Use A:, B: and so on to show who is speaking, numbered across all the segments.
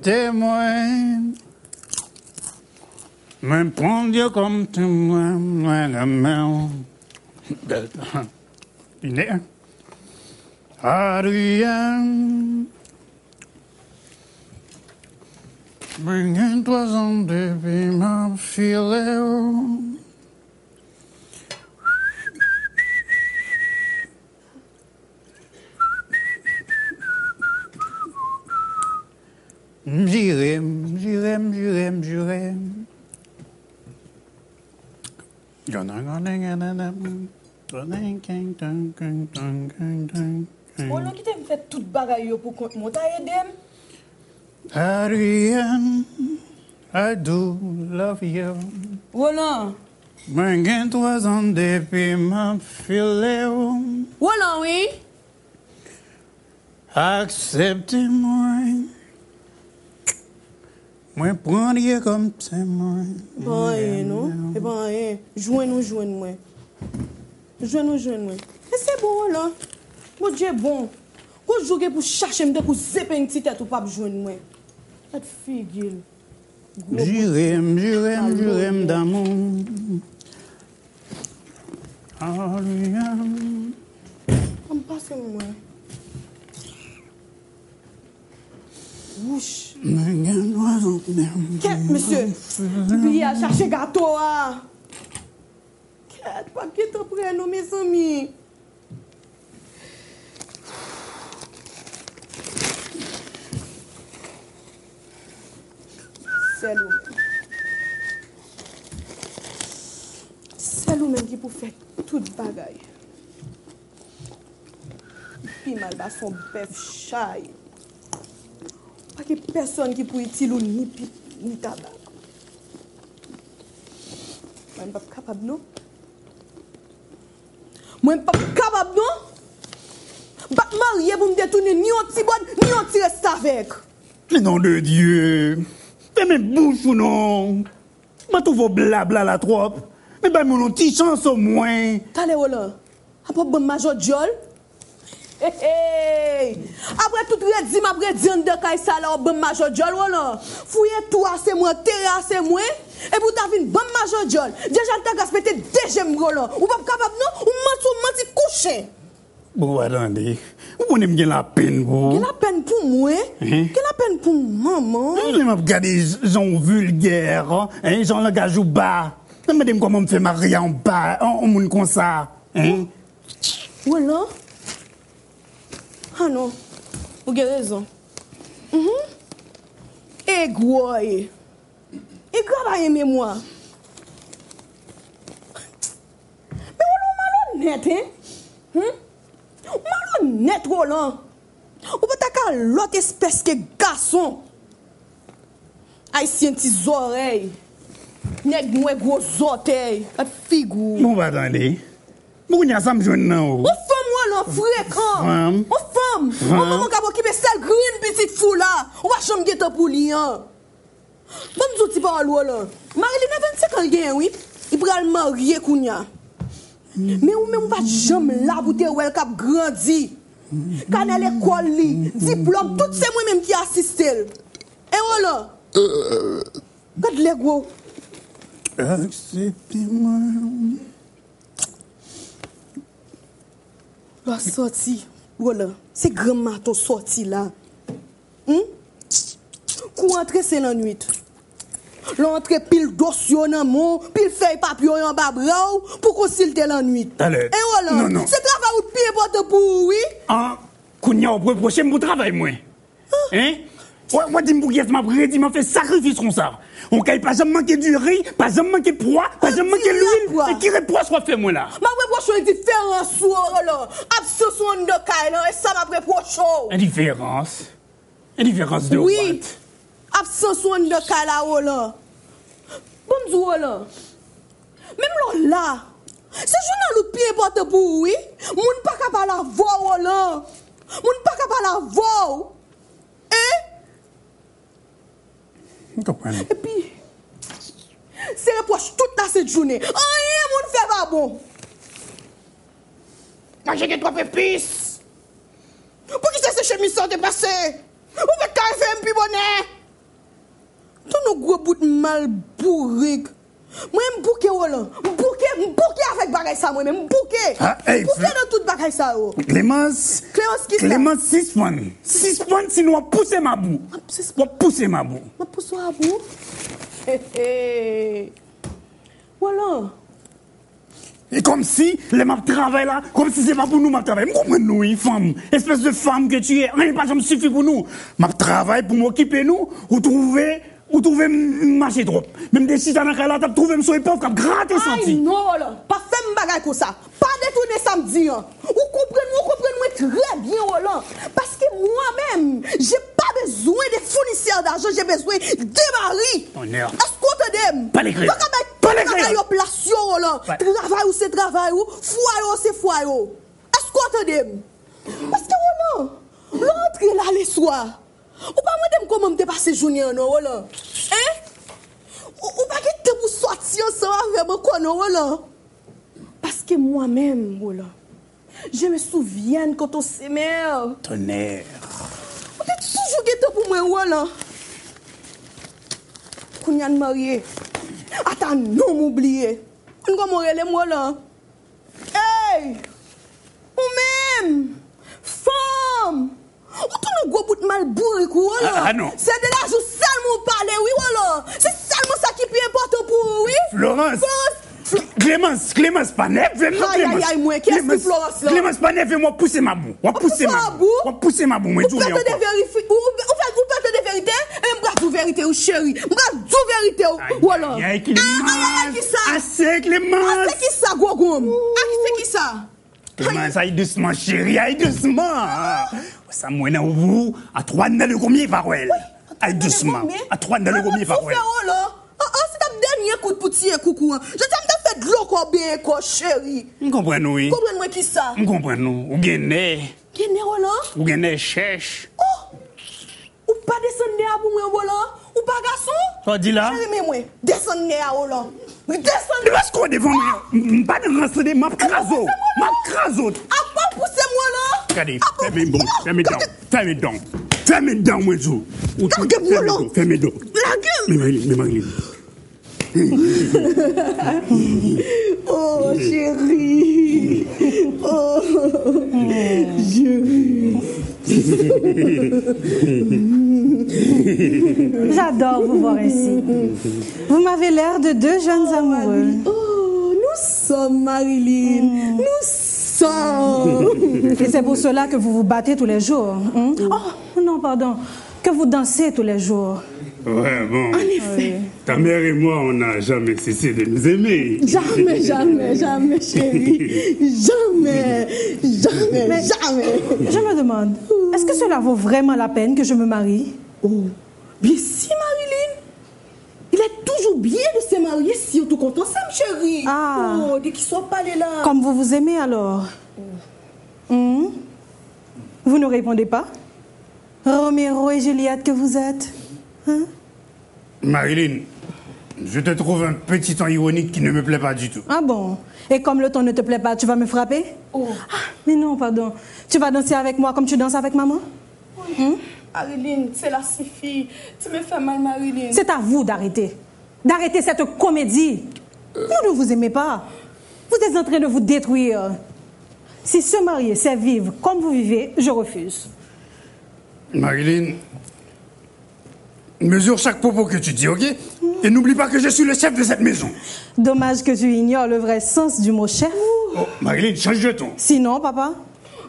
A: Aksepte-mwen, mwen pon Diyo kom temwen, mwen amèw. Bel tan. Piné, hein? Ariane, bringin toazan depi ma fileo. J'irai, j'irai, j'irai, j'irai. Y'en a un grand ding, y'en a un grand ding, ding, ding, ding, ding, ding, ding, ding.
B: Ou nou ki te m fè tout bagay yo pou kont moun, ta edem?
A: Ariane, I do love you.
B: Roland,
A: Mwen gen trois ans depi ma file ou.
B: Roland, oui?
A: Aksepte mwen. Mwen pran liye kom temwen.
C: Bon, rien, non? Eh ben, rien. Jouen-nous, jouen-moi. Jouen-nous, jouen-moi. Et eh. c'est bon, là. Mon Dieu, bon. Kou jouge pou chache mde pou zepe yon ti tèt ou pap jouen-moi. Et figil.
A: Jurem, jurem, jurem d'amour. Ariane,
C: An passe mwen. Wouch.
A: mwen gen trois ans depi.
C: Ket, monsye. Pi a chache gato a. Ket, pa ki te pre nou, mes ami. Sel ou men. Sel ou men ki pou fè tout bagay. Pi mal ba son bef chay. Pa ki person ki pou itil ou ni pi, ni tabak. Mwen pap kapab nou? Mwen pap kapab nou? Bak marye pou m detounen ni yon ti bon, ni yon ti rest avek.
A: Mais nom de Dieu, fermez bouche ou non. Ma trouve blabla la trop. Mais ben, mon petit chance au moins.
C: Kale ou lan? Apo bon majo diol? Hey, hey! Apre tout redzim apre diyan de kay sa la ou bon majo diol ou lan? Fouye tou ase mwen, tera ase mwen, e pou ta vin bon majo diol. Deja ta gaspete deje mro lan. Ou pap kapab nou, ou manti ou manti kouche.
A: Bon, attendez. Vous prenez bien la peine,
C: Ke
A: vous.
C: la pen pou mwen?
A: Hein?
C: Ke la pen pou maman?
A: Je vais regarder gens vulgaires, hein, hein, gens langage ou bas. Je me dis comment me fait marier en bas, en, en monde comme ça. Hein?
C: Ou lan? Ah non, ou gen rezon. Mhm. E gwoye. E kwa ba yeme mwa. Me ou lou malon net, hein? Hmm? Malon net ou lan. Ou pa ta ka lot espèse ke gason. Aisyen ti zorey. Neg mwen gwo zotey. At figou.
A: Bon, bah, attendez. Bon, il y a ça me joindre, non.
C: Ou fèm wè lò frekant.
A: Femme.
C: Ou fèm. Ou
A: Femme.
C: maman kap okipe sel grin pitit fou la. Ou wè chom gete pou li an. Bon zouti pa wè lò. Marilina 25 an gen, oui. I pral marye kounya. Men ou men ou pa jom la boute wèl kap grandi. Kanel ekol li, diplom, tout se mwen menm ki asistel. E wè lò. Gade le gwo.
A: Acceptez-moi.
C: Lò soti, wò lò, se gran mato soti la. Hmm? Kou antre se nan nwit. Lò antre pil dosyo nan moun, pil fey papyo yon babra ou, pou konsilte lan nwit.
A: Ale,
C: E wò lò,
A: non, non.
C: se travay ou pi epote pou oui.
A: An, kounya ou preproche m pou travay mwen. Hein? Ouè, ouè di m pou gyes m apre, di m an fè sakrifis kon sa. On kay pa jam manke du ri, pa jam manke poa, pa jam manke
C: Continue,
A: l'huil,
C: quoi.
A: e ki reproche wap fè mwen la.
C: Ma wè brochon yon diferans sou wò lò. Absous wò ndo kay lan, e sa ma preprochon.
A: Indiferans. Indiferans de
C: Oui,
A: what?
C: absous wò ndo kay la wò lò. Bon mzou wò lò. Mem lò la, se joun nan lout piye bote pou oui, moun pa kap ala vou wò lò. Moun pa kap ala vou. Eh?
A: M kompren.
C: E pi, se reproche tout la set jounen. Anye moun fe ba bon.
D: Moi j'ai des trois épices.
C: Pou ki se se chemise son depase? Ou pe ka fè mpi bonè? Ton nou gwo bout mal bourrik. Mwen mbouke ou lan. Mbouke, mbouke avèk bagay sa mwen men. Mbouke.
A: Ah, hey,
C: mbouke
A: fl-
C: nan tout bagay sa ou.
A: Clémence.
C: oh. Clémence qui ça?
A: Clémence, 6 points. 6 points, sinon on va pousser ma boue.
C: Ah, six
A: On va pousser ma boue.
C: Mwen pousso a bou. He he. Ou lan.
A: Et comme si les maps travaillent là, comme si c'est pas pour nous map travail. Comment nous, une femme, espèce de femme que tu es, rien pas ça me suffit pour nous. Map travail pour m'occuper nous, ou trouver, ou trouver m- marché trop. Même des sites en là, t'as trouvé me sur époque, t'as gratté
C: Ay
A: senti.
C: nou ou lan. Pa fè m bagay kon sa. Pa detounen samdi an. hein. Ou kompren, ou kompren mwen tre bien ou lan. Paske mwen men, jè pa bezwen de founisseur d'argent, jè bezwen de mari.
A: Tonnerre.
C: Esko te dem?
A: Pas les créoles.
C: Baka bay
A: Pas les
C: Travay
A: créoles.
C: yo plasyon ou lan.
A: Ouais.
C: Travay ou se travay ou, fwa yo se fwa yo. Esko te dem? Paske ou lan, lantre la le swa. Ou pa mwen dem koman mte pase jounen an ou lan. Eh? oh Ou, ou pa ki te pou soti an sa avèman konon wè la. Paske mwen mèm wè la. oh Je me souvyen koto se mèr.
A: Tonnerre.
C: Ou te toujou gete pou mwen wè la. Koun yan marye. Ata nou m'oubliye. Koun kon mwen relem wè la. Hey! Ou mèm! Femme! Ou tou nou gwo bout mal bourrik wè la.
A: Ah, ah, non.
C: Se de la jou selman pale wè wè la. Se selman sa ki pi importan pou wè.
A: Florence.
C: Florence! Fl-
A: Clémence, Clémence Panef, fais-moi
C: Aïe, aïe,
A: Clémence.
C: aïe, moi, qu'est-ce que
A: Clémence-
C: Florence, là
A: Clémence Panef, fais-moi pousser ma boue. On va pousser
C: pousse
A: ma
C: ma
A: boue.
C: boue
A: On va pousser ma boue, moi,
C: Ou
A: je vous dis
C: pète de
A: encore.
C: verifi, ou, ou, ou, fè- ou pète de verite, e mbra dou verite ou chéri, mbra dou verite
A: Aïe,
C: ou, Ah, wala.
A: aïe, Ah, aïe,
C: Aïe, aïe, aïe, ki
A: Clémence.
C: sa?
A: Assez,
C: A
A: Clémence.
C: se ki sa, gogoum? A se ki sa?
A: Clémence, aille doucement, chérie, aille doucement. Ça mouine au bout, à trois dans le combien, Farwell. Aille doucement, à trois dans
C: Ah,
A: le combien, Farwell.
C: Ou fè ou la, a, a, se tap denye kout pou tiye koukou, an. hein. Je tam tap fè dlo ko be ko chéri.
A: Vous comprenez, oui.
C: Kompren mwen ki sa?
A: Vous comprenez, ou gagné,
C: Genè ou la?
A: ou gagné, chèche.
C: Ou pa desen ne a pou mwen ou la? Ou pa gason?
A: Toi, dis là.
C: Chéri mè mwen, desen ne a ou la. Desen
A: Tu vas ce qu'on devant moi. m- m- Pas de rentrer, m'a craso. M'a craso.
C: A pa pousse mwen la?
A: Regardez,
C: A pa-
A: fermez bon, fermez donc, fermez donc. Fermez donc, moi, Zou. Ou tout,
C: Larguez-moi,
A: fermez
C: là.
A: donc, Fermez donc.
C: La
A: Mais
C: gueule
A: Marilyn, mais Marilyn.
C: Oh chérie Oh
D: J'adore vous voir ici. Vous m'avez l'air de deux jeunes amoureux.
C: Oh nous sommes Marilyn Nous sommes
D: Et c'est pour cela que vous vous battez tous les jours. hein? Oh, non, pardon. Que vous dansez tous les jours.
A: Ouais, bon. Ta mère et moi, on n'a jamais cessé de nous aimer.
C: Jamais, jamais, jamais chérie Jamais Jamais, jamais
D: Je me demande, est-ce que cela vaut vraiment la peine que je me marie
C: Oh Bien si Marilyn Il est toujours bien de se marier si on te contente chérie
D: Ah.
C: Oh dès qu'il soit pas là
D: Comme vous vous aimez alors Hmm? Vous ne répondez pas Romero et Juliette que vous êtes Hein?
A: Marilyn, je te trouve un petit ton ironique qui ne me plaît pas du tout.
D: Ah bon Et comme le temps ne te plaît pas, tu vas me frapper Ah, mais non, pardon. Tu vas danser avec moi comme tu danses avec maman
B: Marilyn, c'est la suffit. Tu me fais mal, Marilyn.
D: C'est à vous d'arrêter. D'arrêter cette comédie. Vous ne vous aimez pas. Vous êtes en train de vous détruire. Si se marier, c'est vivre comme vous vivez, je refuse.
A: Marilyn, mesure chaque propos que tu dis, ok Et n'oublie pas que je suis le chef de cette maison.
D: Dommage que tu ignores le vrai sens du mot chef.
A: Oh, Marilyn, change de ton.
D: Sinon, papa,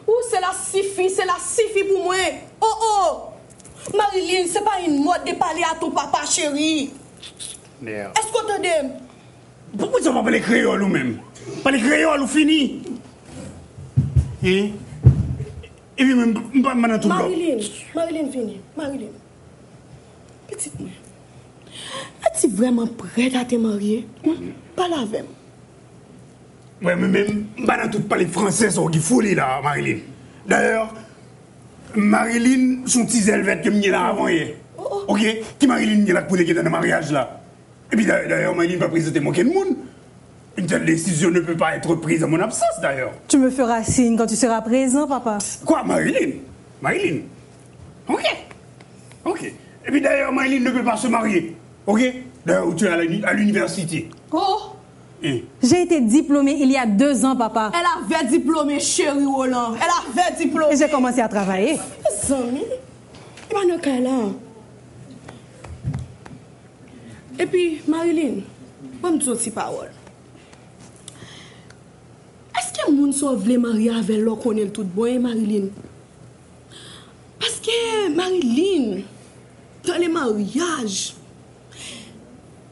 B: Ou c'est la suffit, c'est la suffit pour moi. Oh oh! Marilyn, c'est pas une mode de parler à ton papa, chérie.
A: Merde.
B: Est-ce qu'on te dit?
A: Pourquoi tu vas pas les créoles ou même Pas les créoles ou fini Hein Et puis, même pas maintenant tout le
B: Marilyn, Marilyn vini, Marilyn. Petite mwen, eti vreman prête à te marier? Hein? Parle avec moi.
A: Ouais, mais même pas dans tout parler français, ça qui folie là, Marilyn. D'ailleurs, Marilyn, son petit zélvette que m'y là avant hier. Ok Qui Marilyn m'y là pour les qui est dans le mariage là Et puis d'ailleurs, d'ailleurs, Marilyn va présenter mon quel monde. Une telle décision ne peut pas être prise en mon absence d'ailleurs.
D: tu me feras signe quand tu seras présent, papa.
A: Quoi, Marilyn Marilyn Ok Marilyn ne peut pas se marier. Ok D'ailleurs, où tu es à la nu- à l'université.
C: Oh,
A: Hein.
D: J'ai été diplômée il y a deux ans, papa.
C: elle avait diplômé, chérie Roland. Elle avait diplômé.
D: Et j'ai commencé à travailler.
B: Zami, e pa nan ka la. E pi, Marilyn,
C: Bon, me dis parole.
B: eske moun so vle marye ave lò konel tout bon, e Marilyn? Paske, Marilyn, dan le maryaj,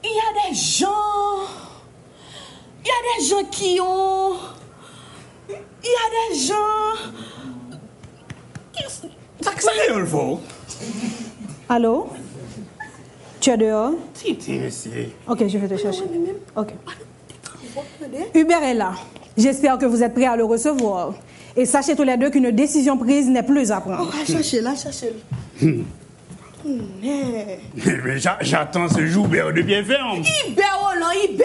C: Il y a des gens. Il y a des gens qui ont. Il y a des gens.
A: Ça y est, le fort.
D: Allô? Tu es dehors?
A: Titi, monsieur.
D: Ok, je vais te chercher. Ok. Hubert est là. J'espère que vous êtes prêts à le recevoir. Et sachez tous les deux qu'une décision prise n'est plus à
C: Oh,
D: prendre.
B: a chache la, chache la. Ne,
A: Mais j'a- J'attends ce jour Hubert, de bien hein. ferme.
C: Ibé, Roland, Ibé.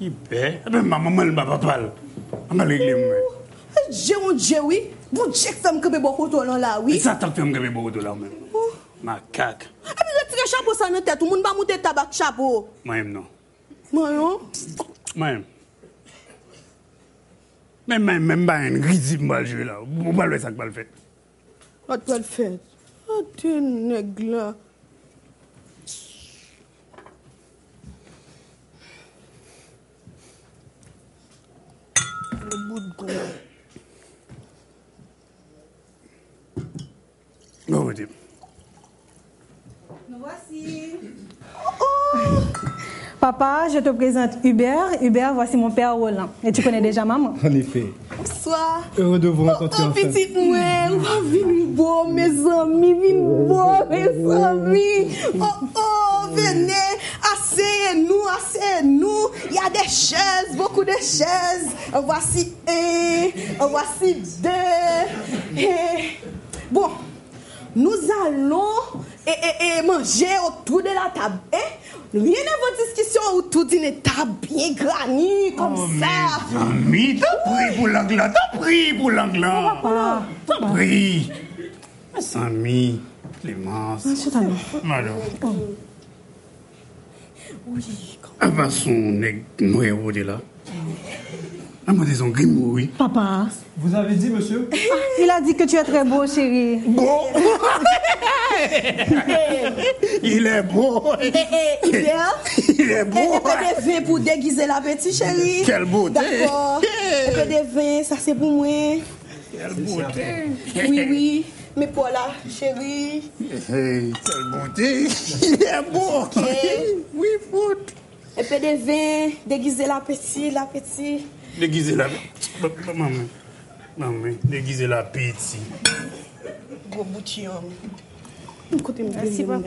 A: Hubert Eh ben, ma maman, elle m'a pas parlé. Elle m'a réglé, moi.
C: Dieu, mon Dieu, oui. Bon Dieu, que ça me crée beaucoup de non, là,
A: Et
C: oui. Oh. Ah,
A: ça t'a fait me gagner beaucoup de dollars, même. Ma cac.
C: Et puis, retire chapeau ça dans tête. Tout le monde va monter tabac chapeau. non.
A: Moi-même, non.
C: Maman.
A: Moi-même. Même, même, même, pas un risible mal joué là. On va le faire ça que va le faire.
C: What will fait? Oh, tu nègre là. Le bout de gomme.
A: Bon, vous dites.
D: Oh. Papa, je te présente Hubert. Hubert, voici mon père Roland. Et tu connais déjà maman?
E: En effet,
C: Bonsoir.
E: heureux de vous
C: Oh,
E: rencontrer enfin.
C: petite mouette, oh, vin bon, mes amis, vin bon, mes amis. Oh, oh, venez, asseyez-nous, asseyez-nous. Il y a des chaises, beaucoup de chaises. En voici un, en voici deux. Et, bon, nous allons et, et- et manger autour de la table. Eh, Rien ne vaut discussion autour d'une table bien granie, comme
E: Oh,
C: ça.
A: mes amis, t'as pris pour l'anglant, t'as pris pour l'anglant.
D: Papa,
A: T'as pris. Mes amis, Clémence,
D: c'est ta Bon. maman.
A: madame.
C: Oui, comme-
A: Avant son nègre, nous héros de là. Ah, moi, disons, grimoire, oui.
D: Papa,
E: Vous avez dit, monsieur
D: il a dit que tu es très beau, chérie.
A: Bon! Il est beau!
C: Eh, eh, Hubert,
A: Il est
C: Eh,
A: beau!
C: un peu de vin pour déguiser la petite chérie.
A: Quelle beauté.
C: D'accord.
A: Eh.
C: Un peu de vin, ça c'est pour moi.
A: Quelle beauté!
C: Oui, oui. Mais pour la chérie.
A: Hey, quelle beauté! Il est beau! Oui, faute!
C: Un peu de vin, déguiser la petite, la petite.
A: Déguisez la. Maman, maman, déguisez la petite.
C: Gros hein. boutillon. Écoutez, Merci, papa.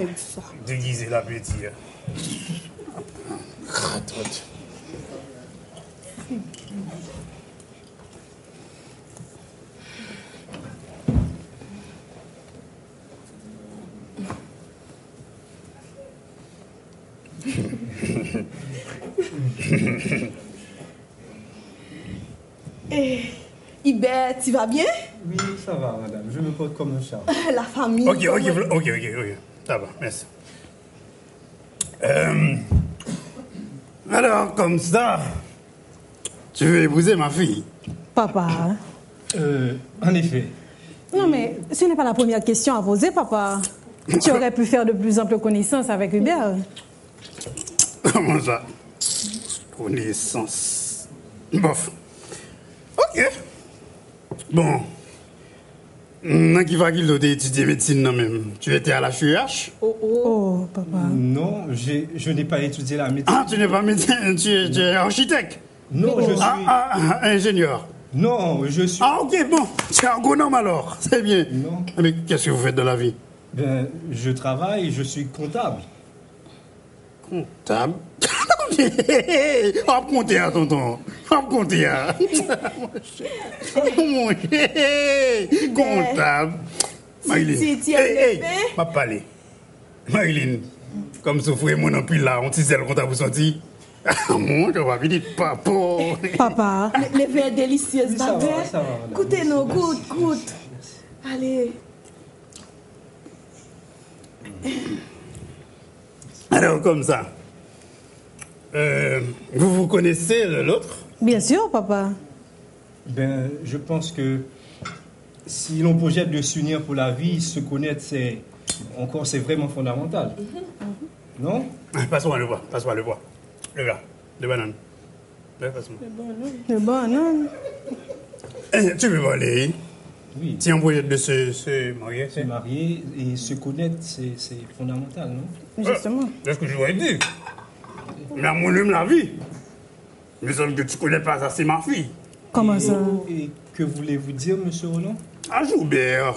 A: Déguisez la petite.
C: Eh, Hubert, tu vas bien?
E: Oui, ça va, madame. Je me porte comme un chat.
C: La famille.
A: Ok, ok, ok, ok, ok. Ça va, merci. Euh, alors, comme ça, tu veux épouser ma fille?
D: Papa.
E: Euh, en effet.
D: Non, mais ce n'est pas la première question à poser, papa. Tu aurais pu faire de plus amples connaissances avec Hubert.
A: Comment ça Connaissance. Bof. Ok. Bon. Hmm, Nan ki fakil do te étudier médecine nan même. Tu étais à la CUH
D: Oh, papa.
E: Non, j'ai- je n'ai pas étudié la médecine.
A: Ah, tu n'es pas médecin, tu es, tu es architecte.
E: Non, je
A: Ah,
E: suis.
A: ah, ah, ingénieur.
E: Non, je suis.
A: Ah, ok, bon. Tu es agronome alors. C'est bien.
E: Non.
A: Mais qu'est-ce que vous faites de la vie
E: Ben, je travaille, je suis comptable.
A: Comptable. Hop, comptez à tonton. Hop, comptez à. Mon cher. Comptable. Marilyn.
C: si, tu aimes le pain
A: m'a parlé. Marilyn, comme souffrez mon empile là, on t'y sait le comptable vous senti. Ah, mon, je vais vous dire, papa.
D: Papa.
C: Le- Le vin est délicieux,
E: Oui, ça va, ça va, madame.
C: Goûtez-nous, goûte, goûte. Allez.
A: Alors, comme ça. Euh, vous vous connaissez l'un l'autre
D: Bien sûr, papa.
E: Ben, je pense que si l'on projette de s'unir pour la vie, se connaître, c'est encore, c'est vraiment fondamental.
D: Mhm.
E: Non
A: Ah, Passe-moi le bois, passe-moi le bois. Le gars, le banane. Le, passe-moi.
D: Le bon, non
A: Eh, tu veux voler hein?
D: Mhm.
E: Oui.
A: Si on projette de se, se marier,
E: Se
A: c'est...
E: marier et se connaître, c'est c'est fondamental, non
D: Justement.
A: C'est ce que j'aurais dit. Mais à mon homme, la vie. Mais semble que tu connais pas ça, c'est ma fille.
D: Comment Ah, ça
E: Et que voulez-vous dire, monsieur Roland
A: Ah, Joubert.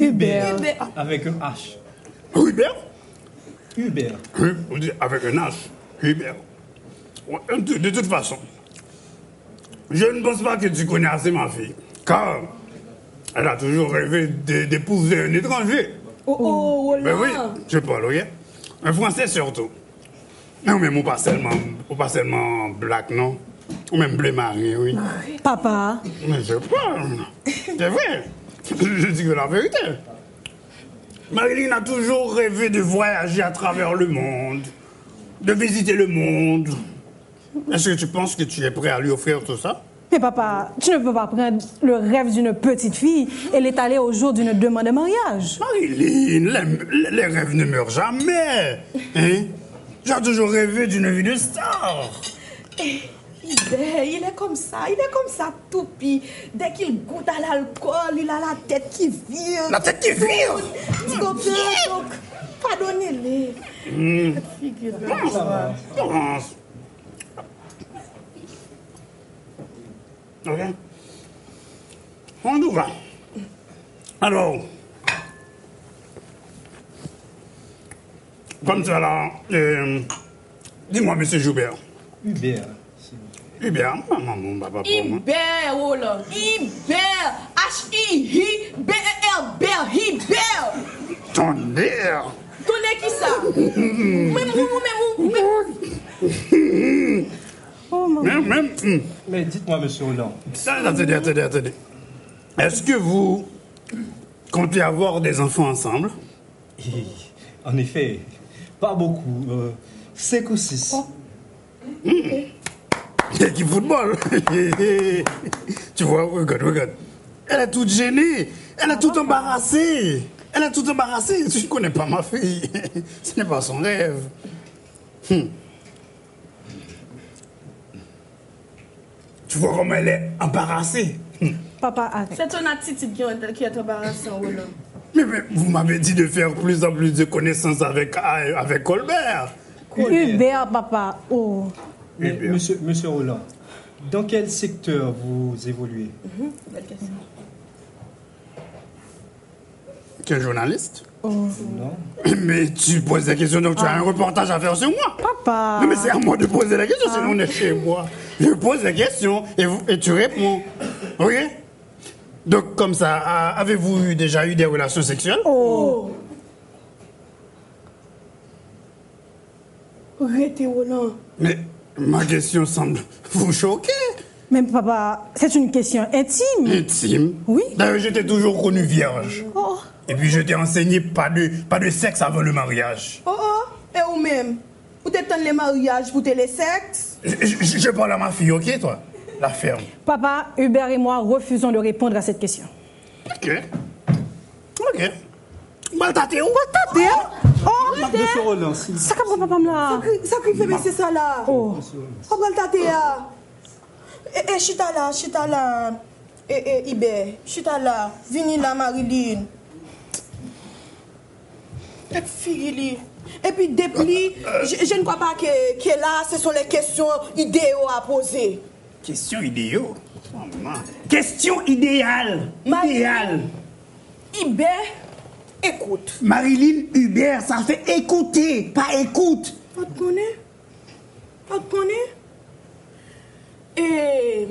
D: Hubert.
E: Avec un H.
A: Hubert
E: Hubert.
A: Hu- Hein? on dit Avec un H. Hubert. Ouais, De, de toute façon, je ne pense pas que tu connais assez ma fille. Car elle a toujours rêvé d'é- d'épouser un étranger.
C: Oh, oh,
A: Mais oui,
C: Roland.
A: je parle, ok Un Français surtout. Non, mais moi, pas seulement, ou pas seulement black, non Ou même bleu marine, oui.
D: Papa.
A: Mais je parle. C'est vrai. Je dis que la vérité. Marilyn a toujours rêvé de voyager à travers le monde, de visiter le monde. Est-ce que tu penses que tu es prêt à lui offrir tout ça
D: Mais papa, tu ne peux pas prendre le rêve d'une petite fille et l'étaler au jour d'une demande de mariage.
A: Marilyn, les, les rêves ne meurent jamais. Hein J'ai toujours rêvé d'une vie de star.
B: Hubert, il est comme ça, il est comme ça toupie. Dès qu'il goûte à l'alcool, il a la tête qui vire.
A: La tête qui vire
B: Tu comprends donc Pardonnez-les.
A: Pense, pense. Ok. On y va. Alors, comme ça là, euh, dis-moi, monsieur Joubert.
E: Hubert. s'il vous plaît.
A: Eh bien, maman, mon papa, pour moi.
C: Hubert, Roland. Hubert. H-I-I-B-E-R-B-E-R. Hubert.
A: Tonnerre.
C: Tonè ki sa? Mwen mwen mwen mwen mwen.
D: Oh, maman.
A: Même, même. hum.
E: Mais dites-moi, monsieur Roland,
A: Ça, là, Attendez, attendez, attendez. Est-ce que vous comptez avoir des enfants ensemble
E: Et, Eh, En effet, pas beaucoup. euh, Cinq ou six.
A: C'est du football. tu vois, regarde, regarde. Elle est toute gênée. Elle est toute embarrassée. Elle est toute embarrassée. Je ne connais pas ma fille. Ce n'est pas son rêve. Hmm. Tu vois comment elle est embarrassée. Hmm.
D: Papa, arrête.
C: Se ton atiti gen tel ki et embarrasan, Roland.
A: Mais, mais vous m'avez dit de faire plus en plus de connaissances avec, euh, avec Colbert.
D: Hubert, papa. Oh.
E: Mais,
A: Hubert.
E: monsieur, monsieur Roland, dans quel secteur vous évoluez
C: Bel kesyon.
A: Tu es journaliste
E: Non
A: Mais tu poses des questions, donc tu as un reportage à faire sur moi.
D: Papa.
A: Non, mais c'est à moi de poser la question, sinon on est chez moi. Je pose la question et, vous- et tu réponds. Ok Donc, comme ça, a- avez-vous eu- déjà eu des relations sexuelles
D: Oh.
B: Rete, Roland.
A: Mais ma question semble vous choquer.
D: Mais papa, c'est une question intime.
A: Intime.
D: Oui.
A: D'ailleurs, je t'ai toujours connu vierge.
D: Oh.
A: Et puis, je t'ai enseigné pas de, pas de sexe avant le mariage.
C: Oh oh, e ou mèm. Ou te ton le mariage pou te le seks?
A: Je, je- je parle à ma fille, ok, toi La ferme.
D: Papa, Hubert et moi refusons de répondre à cette question.
A: Ok. Ok. Bah, t'as tes où
D: Oh,
E: Monsieur Roland, s'il
D: ça comme papa me là.
C: Sa kri febe se sa la?
D: Oh,
C: O bal tate ya? E, e, chita la, chita la. E, e, Ibe, chita la. Vini la, Marilyn. Ek figi li. E pi depli, je je ne kwa pa ke, ke la, se son le kesyon ideo a pose.
A: Question Oh, idéale. Question idéale.
C: Ma-
A: Idéale.
C: Ibe, ekoute.
A: Marilyn Hubert, ça fait écouter, pas écoute.
C: Pas de connaît Pas de connaît Et.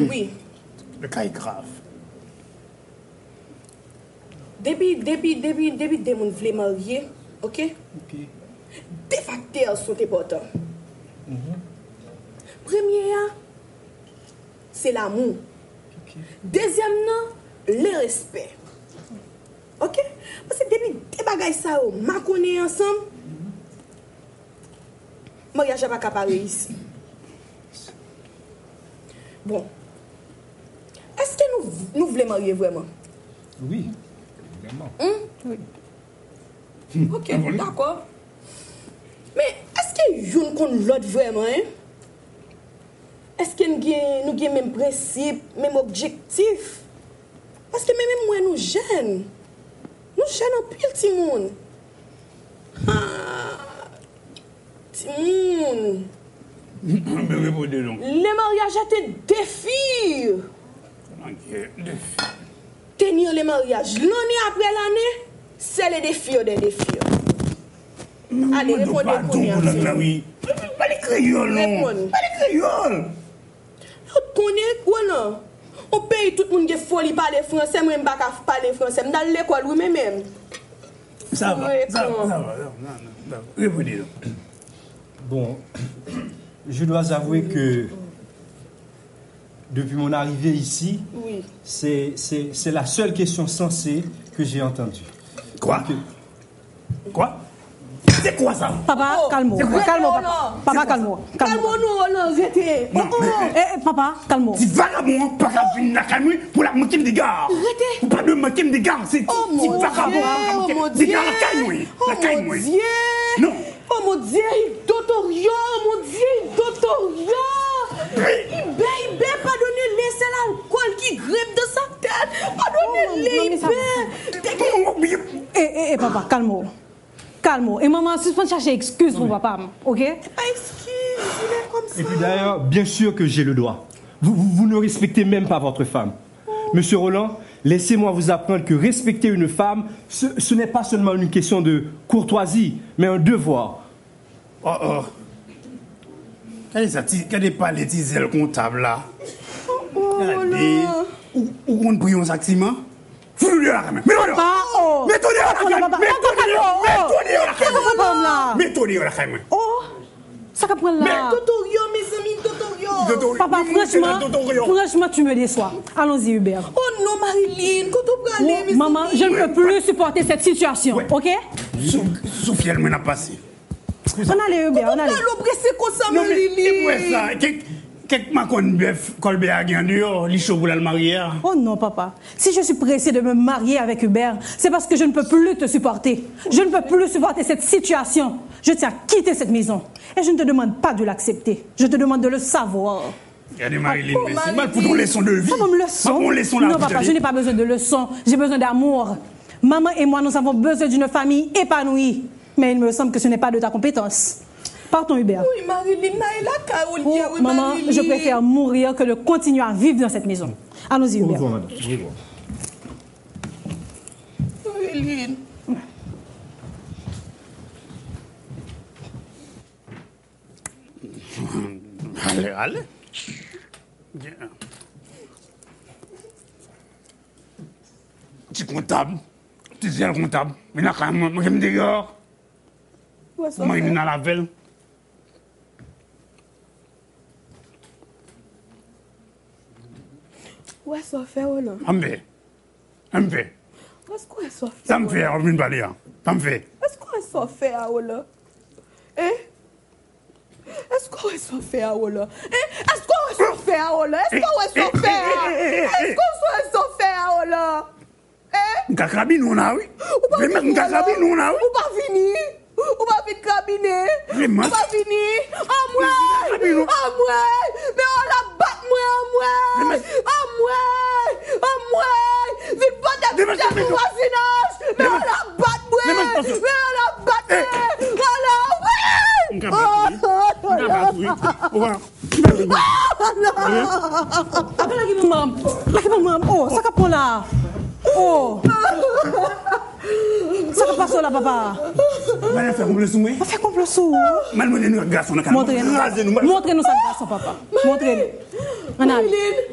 C: Oui.
A: Le cas est grave.
C: Depuis, depuis, depuis, depuis, des gens voulaient marier, ok?
E: Ok.
C: Deux facteurs sont importants.
E: Mhm.
C: Premier, c'est l'amour.
E: Ok.
C: Deuxième, non, le respect.
E: Mhm.
C: Ok? Parce que depuis des bagailles ça, on m'a connu ensemble. Maria n'a pas capable de ici. Bon. Est-ce que nous, nous voulons marier vraiment
E: Oui, évidemment.
C: Ok, d'accord. Mais est-ce que nous connaissons l'autre vraiment hein? Est-ce que nous avons nous avons même principe, même objectif Parce que même moi, nous jeunes, nous jeunes en pile, petit monde. Ah, petit monde.
A: Mwen reponde don.
C: Le mariage a été défi. Tenir le mariage l'année après l'année, c'est le défi des défis. Allez,
A: Mwen
C: répondez
A: do
C: pour
A: pa don
C: nous.
A: la oui. Pali kreyol non.
C: Répondez.
A: Pali kreyol.
C: Yo konen kwa nan? O peyi tout moun ge foli pale franse, mwen baka pale franse, m dal l'ekol wè mè mèm.
A: Sa va,
C: Ouais,
A: sa va,
C: comment?
A: sa va. Reponde don.
E: Bon, je dois avouer que depuis mon arrivée ici,
C: Oui.
E: c'est c'est- c'est la seule question sensée que j'ai entendue.
A: Kwa? Kwa? Se kwa sa?
D: Papa,
C: Oh,
D: calme-moi.
C: c'est quoi,
D: Calme-moi, papa.
C: Roland
D: Papa, calme-moi.
C: Kalmon nou Roland, rete.
A: Non, mais-
D: Eh, eh, papa, calme-moi.
A: Ti vagabon pa ka vin la kalmou pou la manke m degar. Ou pa de manke m degar, se ti
C: Oh
A: ti
C: mon
A: vagabon pa bon,
C: dieu, oh
A: manke
C: mon
A: m
C: dieu.
A: degar la kalmou. La
C: Oh mon
A: kalmou.
C: dieu.
A: Non.
C: Oh mon dieu, il dotorio, mon dieu, il dotorio. Ibe, ibe, padone le, se l'alkol ki grep de sa tèt.
D: Oh,
C: Padone
D: non,
C: le,
D: mais ça
C: ibe.
D: Eh, eh, eh, papa, calme-moi. Calme-moi. Et maman, suspend chercher excuse pour papa, ok?
C: Ah, excuse, il est comme ça.
E: Et puis d'ailleurs, bien sûr que j'ai le droit. Vous, vous, vous ne respectez même pas votre femme. Monsieur Roland, laissez-moi vous apprendre que respecter une femme, ce, ce n'est pas seulement une question de courtoisie, mais un devoir.
A: Oh oh. Kade sa ti, kade pale ti zel kontab la?
D: Oh,
A: Kade, ou ou kon priyon saktiman? Foulou de la kamen, meton de la
D: Papa, oh.
A: Meton de la kamen,
D: Papa,
A: meton de la
D: oh, oh.
A: Meton de la kamen, meton de la
D: Sa ka papa m la.
A: kamen.
D: Oh, sa ka pren la.
C: Dotorio, mes amis, Dotorio.
A: Dodo-
D: Papa,
A: Mou, c'est la
D: franchement,
A: Dotorion.
D: franchement, tu me déçois. Allons-y, Hubert.
C: Oh non, Marilyn, quand on peut aller,
D: Oh,
C: mes
D: maman,
C: amis.
D: je ne peux plus supporter cette situation,
A: Ouais.
D: ok?
A: Sou sou fiel mwen ap pase.
D: On allait, Hubert,
C: On
D: on
C: peut
D: allait.
C: aller presser comme ça,
A: Non, mais et pour
C: Marilyn.
A: ça, kek, kek makon bef kolbe a gen dur, li chou pou la marier. ah.
D: Oh non, papa. Si je suis pressée de me marier avec Hubert, c'est parce que je ne peux plus te supporter. Je ne peux plus supporter cette situation. Je tiens à quitter cette maison. Et je ne te demande pas de l'accepter. Je te demande de le savoir.
A: Gade
D: Ah,
A: Marilyn,
C: Oh,
A: mais c'est mal
C: Marilyn.
A: pou ton leçon de vie.
D: Pas mon leçon.
A: Pas mon leçon la
D: non, papa, je n'ai pas besoin de leçons. J'ai besoin d'amour. Maman et moi, nous avons besoin d'une famille épanouie. Mais il me semble que ce n'est pas de ta compétence. Partons, Hubert.
C: Oui, Marilyn, Naila, Kaoul,
D: Oh,
C: oui,
D: maman,
C: Marilyn.
D: je préfère mourir que de continuer à vivre dans cette maison. Allons-y, Hubert.
E: madame.
C: Marilyn.
A: Ale, ale. Gen. Ti kontab, ti zel kontab, men akam, mwen kem deyor,
C: Où est-ce
A: mwen yon nan lavel.
C: Où est-ce qu'on fait, Roland?
A: Ambe, ambe,
C: Où est-ce qu'on fait,
A: sa mfe, mwen bali ya, sa mfe.
C: Où est-ce qu'on fait, Roland? Hein? Est-ce qu'on est fait, Roland? Hein? Est-ce qu'on est fait, Roland? Est-ce qu'on est fait? ah? Est-ce qu'on est fait, Roland? Hein?
A: Mka krabi nou na wè.
C: Ou pa
A: Vremen mka krabi nou na wè.
C: Ou pa fini? Ou pa fin kabine?
A: Vraiment?
C: Ou pa fini? An
A: Kabine
C: mwen!
A: ou?
C: An mwen! Me ou la bat mwen an mwen!
A: Vraiment?
C: An mwen! An mwen! Vin pa de
A: Vraiment,
C: pita
A: Kabine
C: mou
A: ou?
C: vasinaj! Me ou
A: Vraiment?
C: la bat mwen!
A: Vraiment, Kabine ou?
C: Me ou la bat
A: Eh.
C: mwen! Ou la mwen!
A: Mka krabi nou. Mka krabi nou. Ouwa.
D: Après, la gueule, maman. La gueule, maman. Oh, ça capot là. Oh. Ça capot là, papa.
A: Mwen fè mwen sou mwen.
D: On fait complot sous.
A: Mwen mwen nou gason nan kalan.
D: Montrez-nous.
A: Raze nou. Mwen
D: Montrez-nous ça, le garçon, papa. Montrez-nous. On allait.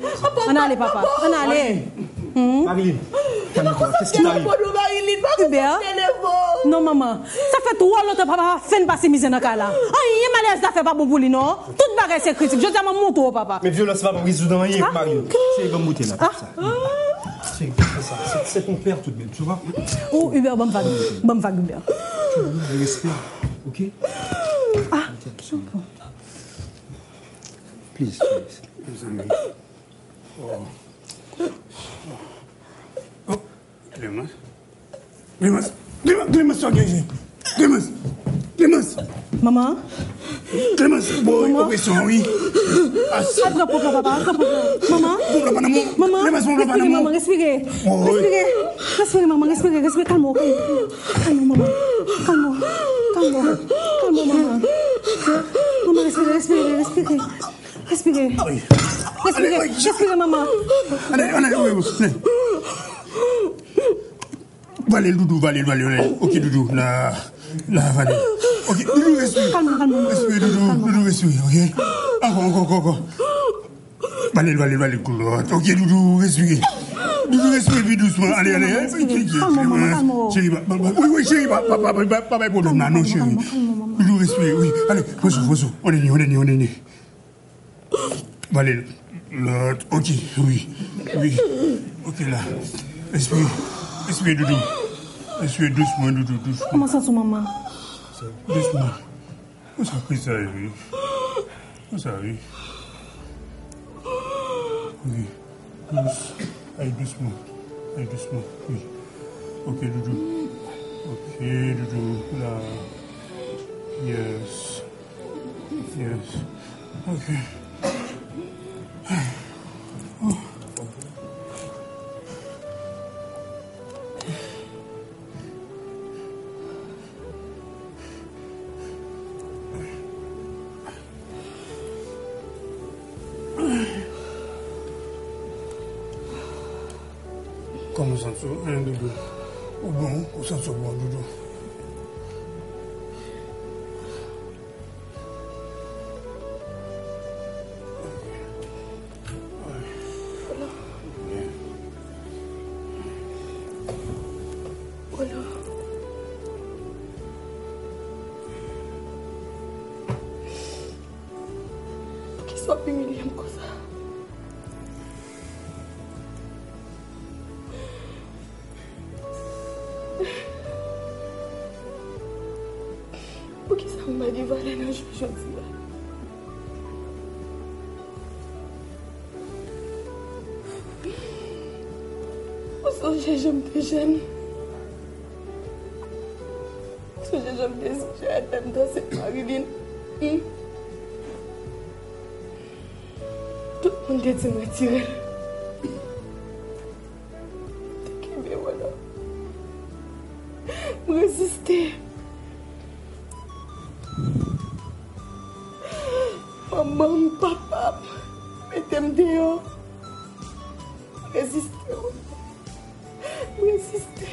D: On allait, papa. On allait. Mmh.
E: Marilyn, calme-toi. qu'est-ce qui
C: Mwen
E: t'arrive
C: kon nou Marilyn, mwen kon
D: Hubert?
C: nou telefon!
D: Non, maman. Ça fait trois longtemps que papa a fait passer misère dans le cas là. Ah, il y a malaise d'affaires, pas bon pour lui, non? Toute bagarre, c'est critique. Je dis à mon montre, papa.
E: Mais violence va pas résoudre rien,
D: Ah,
E: Marilyn.
D: ok.
E: C'est bon bouter là.
D: Ah.
E: comme ça. C'est c'est ça. C'est- C'est ton père tout de même, tu vois.
D: Oh, Hubert, bonne vague. Bonne vague, Hubert.
E: Le respect, ok
D: Ah, Jean-Paul.
E: Please, please.
A: Clémence. Clémence. Clémence, Clémence, sois gagée. Clémence. Clémence.
D: Maman,
A: Clémence. Bon, une oppression, oui. Ah, si.
D: apre pou papa, apre pou papa. Maman,
A: Mon blanc, madame, mon-
D: Maman,
A: Clémence, mon blanc,
D: respire,
A: madame, mon-
D: maman, respire.
A: Oh, oui.
D: Respire, respire, maman, respire, respire. Calme, calme. Calme, maman. Calme, calme. Calme, maman. Maman, respire, respire, respire. Respire.
A: Oui.
D: Respire,
A: Allez, oui.
D: respire, maman.
A: Allez, allez, oui, oui, allez. Valez, Doudou, valez, valez, valez. Ok, Doudou, là, là, valez. Ok, Doudou, respire.
D: Calme, calme, maman.
A: Respire, Doudou, Doudou, respire, ok Encore, encore, encore, encore. Valez, valez, valez, coulotte. Ok, Doudou, respire. Doudou, respire, puis doucement. Allez, allez, allez.
D: Respire, calme, maman, calme.
A: Chérie, bah, bah, bah, oui, oui, chérie, bah, bah, bah, bah, bah, bah, bah, problème, là, non, chérie. Doudou, respire, oui. Allez, reçois, reçois. On est né, on est né, on est né. Valez, l'autre. Ok, oui. Oui. Ok, là. Respire. Respire, Doudou. Respire doucement, Doudou, doucement.
D: Comment ça, son maman?
A: Doucement. Où ça pris ça, oui? Où ça, oui? Oui. Douce. Allez, doucement. Allez, doucement. Oui. Ok, Doudou. Ok, Doudou. Là. Yes. Yes. Ok. Comment ça se hein, Doudou? Ou bon, ou ça se bon, Doudou?
C: Qui soit plus humilié comme ça. Pour qui ça m'a dit valer dans le jour aujourd'hui là? Ou songez, j'aime plus jeune. Songez, j'aime plus jeune, même dans cette Marilyn. Hmm. Hum. Tout moun de di mwen tirel. Te kebe wala. Mwen reziste. Maman, papa, metem deyo. Mwen reziste wala. Mwen reziste.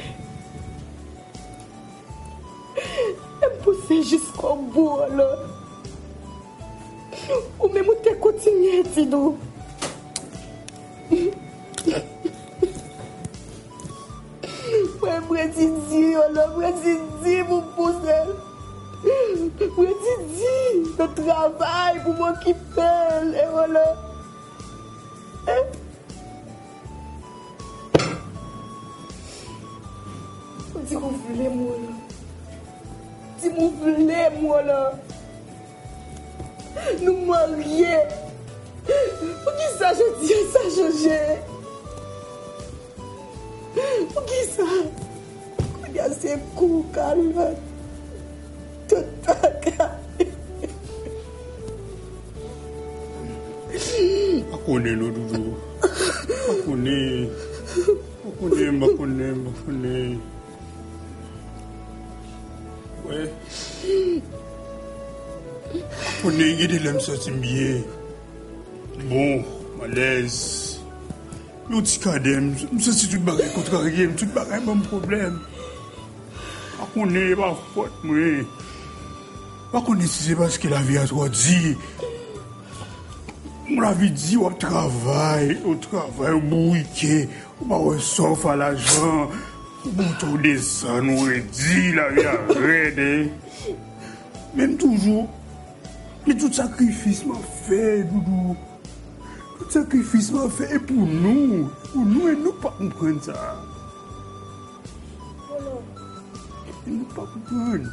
C: Mwen puse jisko bou wala. Ou même ou t'es continué, Tidou. Ouais, moi, Didi, oh là, moi, Didi, mon poussel. Moi, Didi, le travail pour m'occuper, et voilà. On dit qu'on voulait, moi, là. Dis, qu'on voulait, moi, là. Nou marye. Ou ki sa je diye, sa je je. Ou ki sa. Kou diya se kou kalme. Tota ka.
A: Akone nou doudou. Akone. Akone, akone, akone. Wè. Akone gede lèm soti mbye. Bon, malez. Nou ti kadem. Msosi tout bagay kontra gem. Tout bagay bon problem. Akone, ba fote mwen. Akone si se baske la vi a tro di. Mwen avi di wap travay, wap travay, ou mou ike, ou ba wè sof al ajan, ou mou tou desan, ou wè di la vi a rede. Mèm toujou, mè tout sakrifis mwen fè, doudou. Tout sakrifis mwen fè, e pou nou, pou nou, e nou pa kompren sa. E nou pa kompren.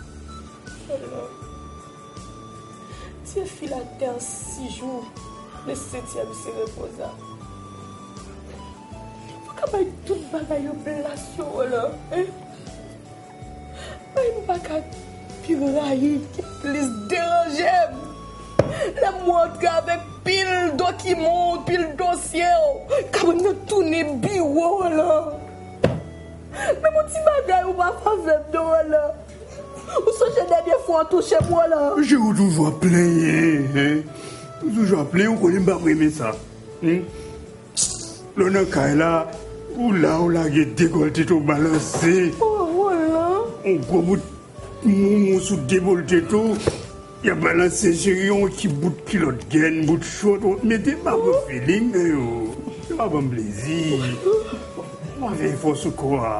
C: Dieu fit la terre six jours. Le septième se reposa. Fou ka bay tout bagay yo plasyon wè la. Bay m baka pi rayi ki plis deranjem. La mwotre avèk pil dokimon, pil dosye yo. Kabon yo toune biwo wè la. Mè moun ti bagay ou ma fazèm do wè la. Ou soje denye fwa an touche mwen la.
A: Je ou toujwa plenye, hein? Ou toujwa plenye, ou konen mba preme sa. Hein? Lò nan kay la, ou la ou la ge dekolte to balanse.
C: Oh, wè la.
A: On gwo bout moun moun sou dekolte to, ya balanse jeri yon ki bout kilot gen, bout oh. chot. ou- Mete mba pou feeling, eh, yo. Yo aban blezi. Mwa ve fò sou kwa.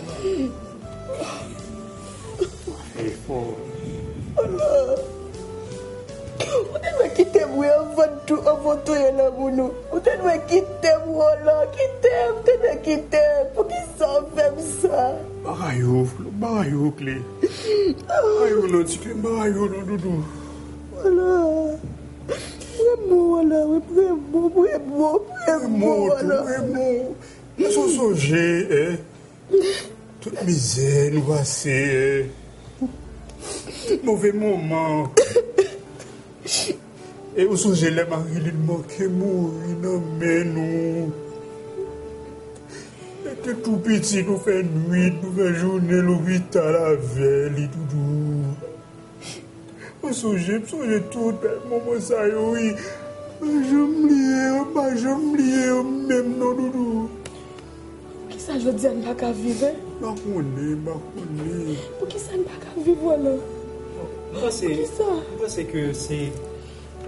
A: Mwa ve fò.
C: Ou ten wè kite mwen avon tou, avon tou yon la mounou. Ou ten wè kite mwen la, kite mwen, ten wè kite mwen. Pou ki sa fèm sa?
A: Barayou, barayou kle. Barayou nou tike, barayou nou doudou.
C: Wala. Wè mou wala, wè mou, wè mou, wè mou
A: Mou,
C: wala.
A: tou, e mou. Mou sou soje, eh. Tout mizè nou vase, eh. Tout mouvè mouman. E ou soje le marilin manke mou, inan men nou. E te tou piti nou fè nuit, nou fè jounen, nou vita la veli doudou. Mwen souje, mwen souje tout, bel maman sa yo yi. Mwen jom liye, mwen jom liye, mwen mèm nan doudou.
C: Pou ki sa jwè di an baka vive?
A: Mwen konen, mwen konen.
C: Pou ki sa an baka vive wala?
E: Mwen se,
C: Ki sa?
E: mwen se ke se,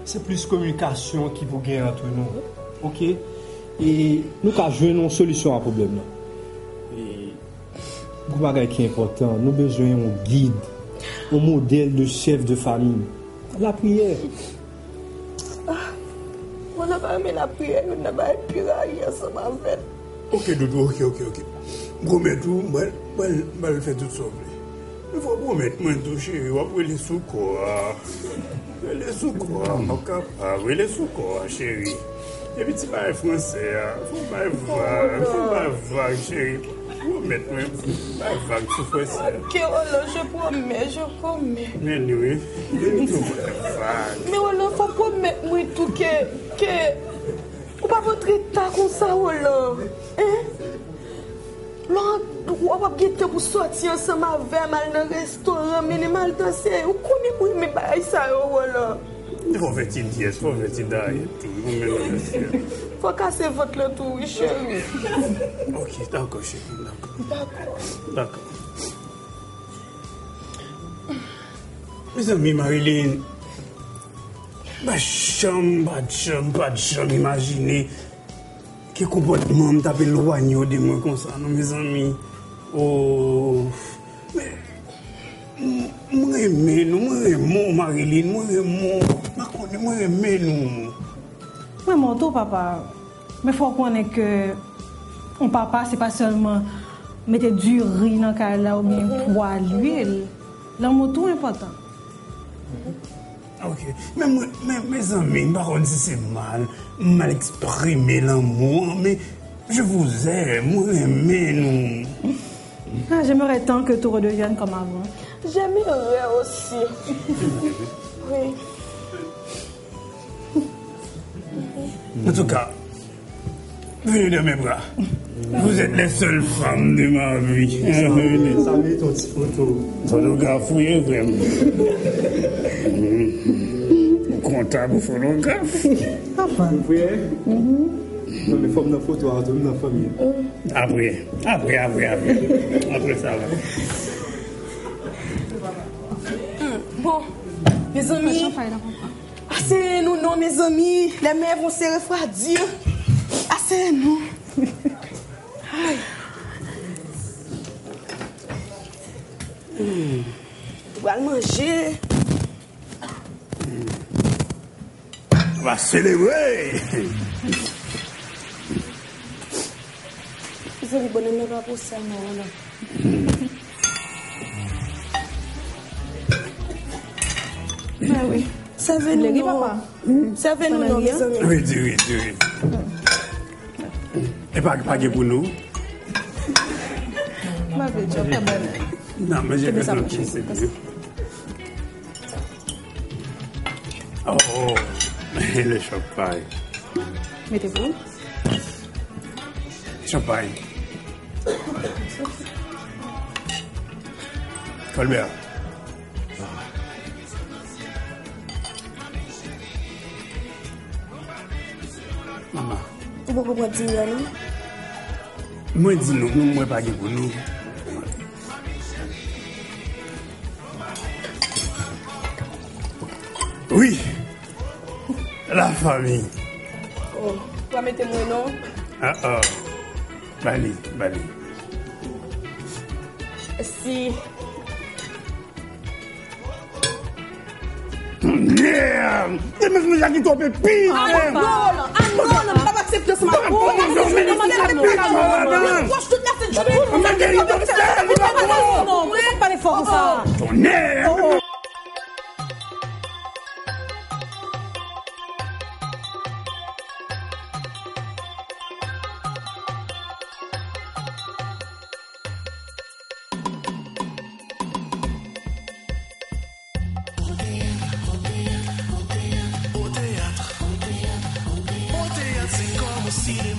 E: se plus komunikasyon ki pou gen antre nou. Ok? E nou ka jwen nou solisyon an problem nan. E, pou bagay ki important, nou bezwen yon guide, yon model de chef de famille. La prière.
C: Mwen la ba mè la priye, mwen la ba e pira yon sa ma fèt.
A: Ok doudou, ok, ok, ok. Mwen tou, mwen, mwen, mwen fè tout sa vle. Mwen fò mwen mèt mwen tou chéri, wap wè le sou kwa. Wè le sou kwa, mwen kapab, wè le sou kwa, chéri. E biti baye fransè, a. fò baye vag, fò baye vag, chéri. Mwen mèt mwen, baye vag sou fransè.
C: Ke wala, jè promè, jè promè.
A: Men nou, e, mwen tou baye vag.
C: Mè wè lò, fò pou mè mwen tou ke, ke, ou pa votre ta kon sa wè lò, eh? Lò, wè wè gete pou soti ansan ma vè, mal nan restoran, mè ne mal danse, ou koni mwen mè bay sa yo wè lò.
A: Fò fè ti diès, fò fè ti da, e, tou, mwen mèt mwen fransè.
C: Fò kase vot lò tou, wè chèri.
A: Ok, d'accord, chérie, d'accord. D'accord. Mes amis, Marilyn, pas de chambre, pas de chambre, pas de chambre, imaginez quel comportement t'as éloigné de moi comme ça, non, mes amis. Oh, mais, moi, aimé, nous, moi, aimons, Marilyn, moi, aimons, ma connais, moi, aimé, nous.
D: Mwen mwoto papa, mwen fwa konen ke on papa se pa selman mette du ri nan ka la ou bien poa l'huil. La mwoto important.
A: Ah, Ok, men mwen, men, men zanmen, baron si se mal, mal eksprime l'amour, men, je vous aime, mwen eme nou.
D: Ah, J'aimerais tant que tout redevienne comme avant.
C: J'aime rè osi. Oui.
A: En tout cas, venez dans mes bras. Vous êtes les seules femmes de ma vie. Venez.
E: Ça met ton petit photo.
A: Photographe, oui, vraiment. Mm. Comptable photographe.
E: Prière. Non, mais forme une photo, on donne la famille.
A: Après, après, après, après. Après ça va.
F: Bon, mes amis, assez nous, non, mes amis, les mères vont se refroidir. Assez nous. On va Hmm. manger.
A: On va célébrer.
F: Ils ont dit, bonne année, va pour ça, non, non.
C: Mè wè. Servez nous
D: Valérie,
C: non.
D: papa.
C: Servez nous non,
D: Valérie,
C: mes amis.
A: Oui, oui, oui, oui. Et pas pas que pour nous. Non, mais j'ai fait l'autre, c'est mieux. Oh, oh, le champagne.
D: Mettez-vous.
A: Champagne. Colbert. Maman,
C: Vous pouvez comprendre dire, non?
A: moi dis nous, nous, moi pas que pour nous. Oui, la famille.
B: Oh, pas mettez moi non.
A: Ah ah. Bali, Bali.
B: Si.
A: Yeah! Te mè mè jaki tope pi!
C: Ah non, Roland, ah non, non, pas accepter ce matin.
A: Bon, bon, bon, mais
C: Comment
A: c'est
C: ça,
A: la
C: non?
A: même chose.
C: Je proche toute la scène, je vais-
A: On m'a guéri comme ça, on m'a
C: Comment
A: guéri.
C: ça,
D: Non,
C: non?
D: vous ne faites pas l'effort comme ça.
A: Tonnerre!
G: Au théâtre, c'est comme au cinéma.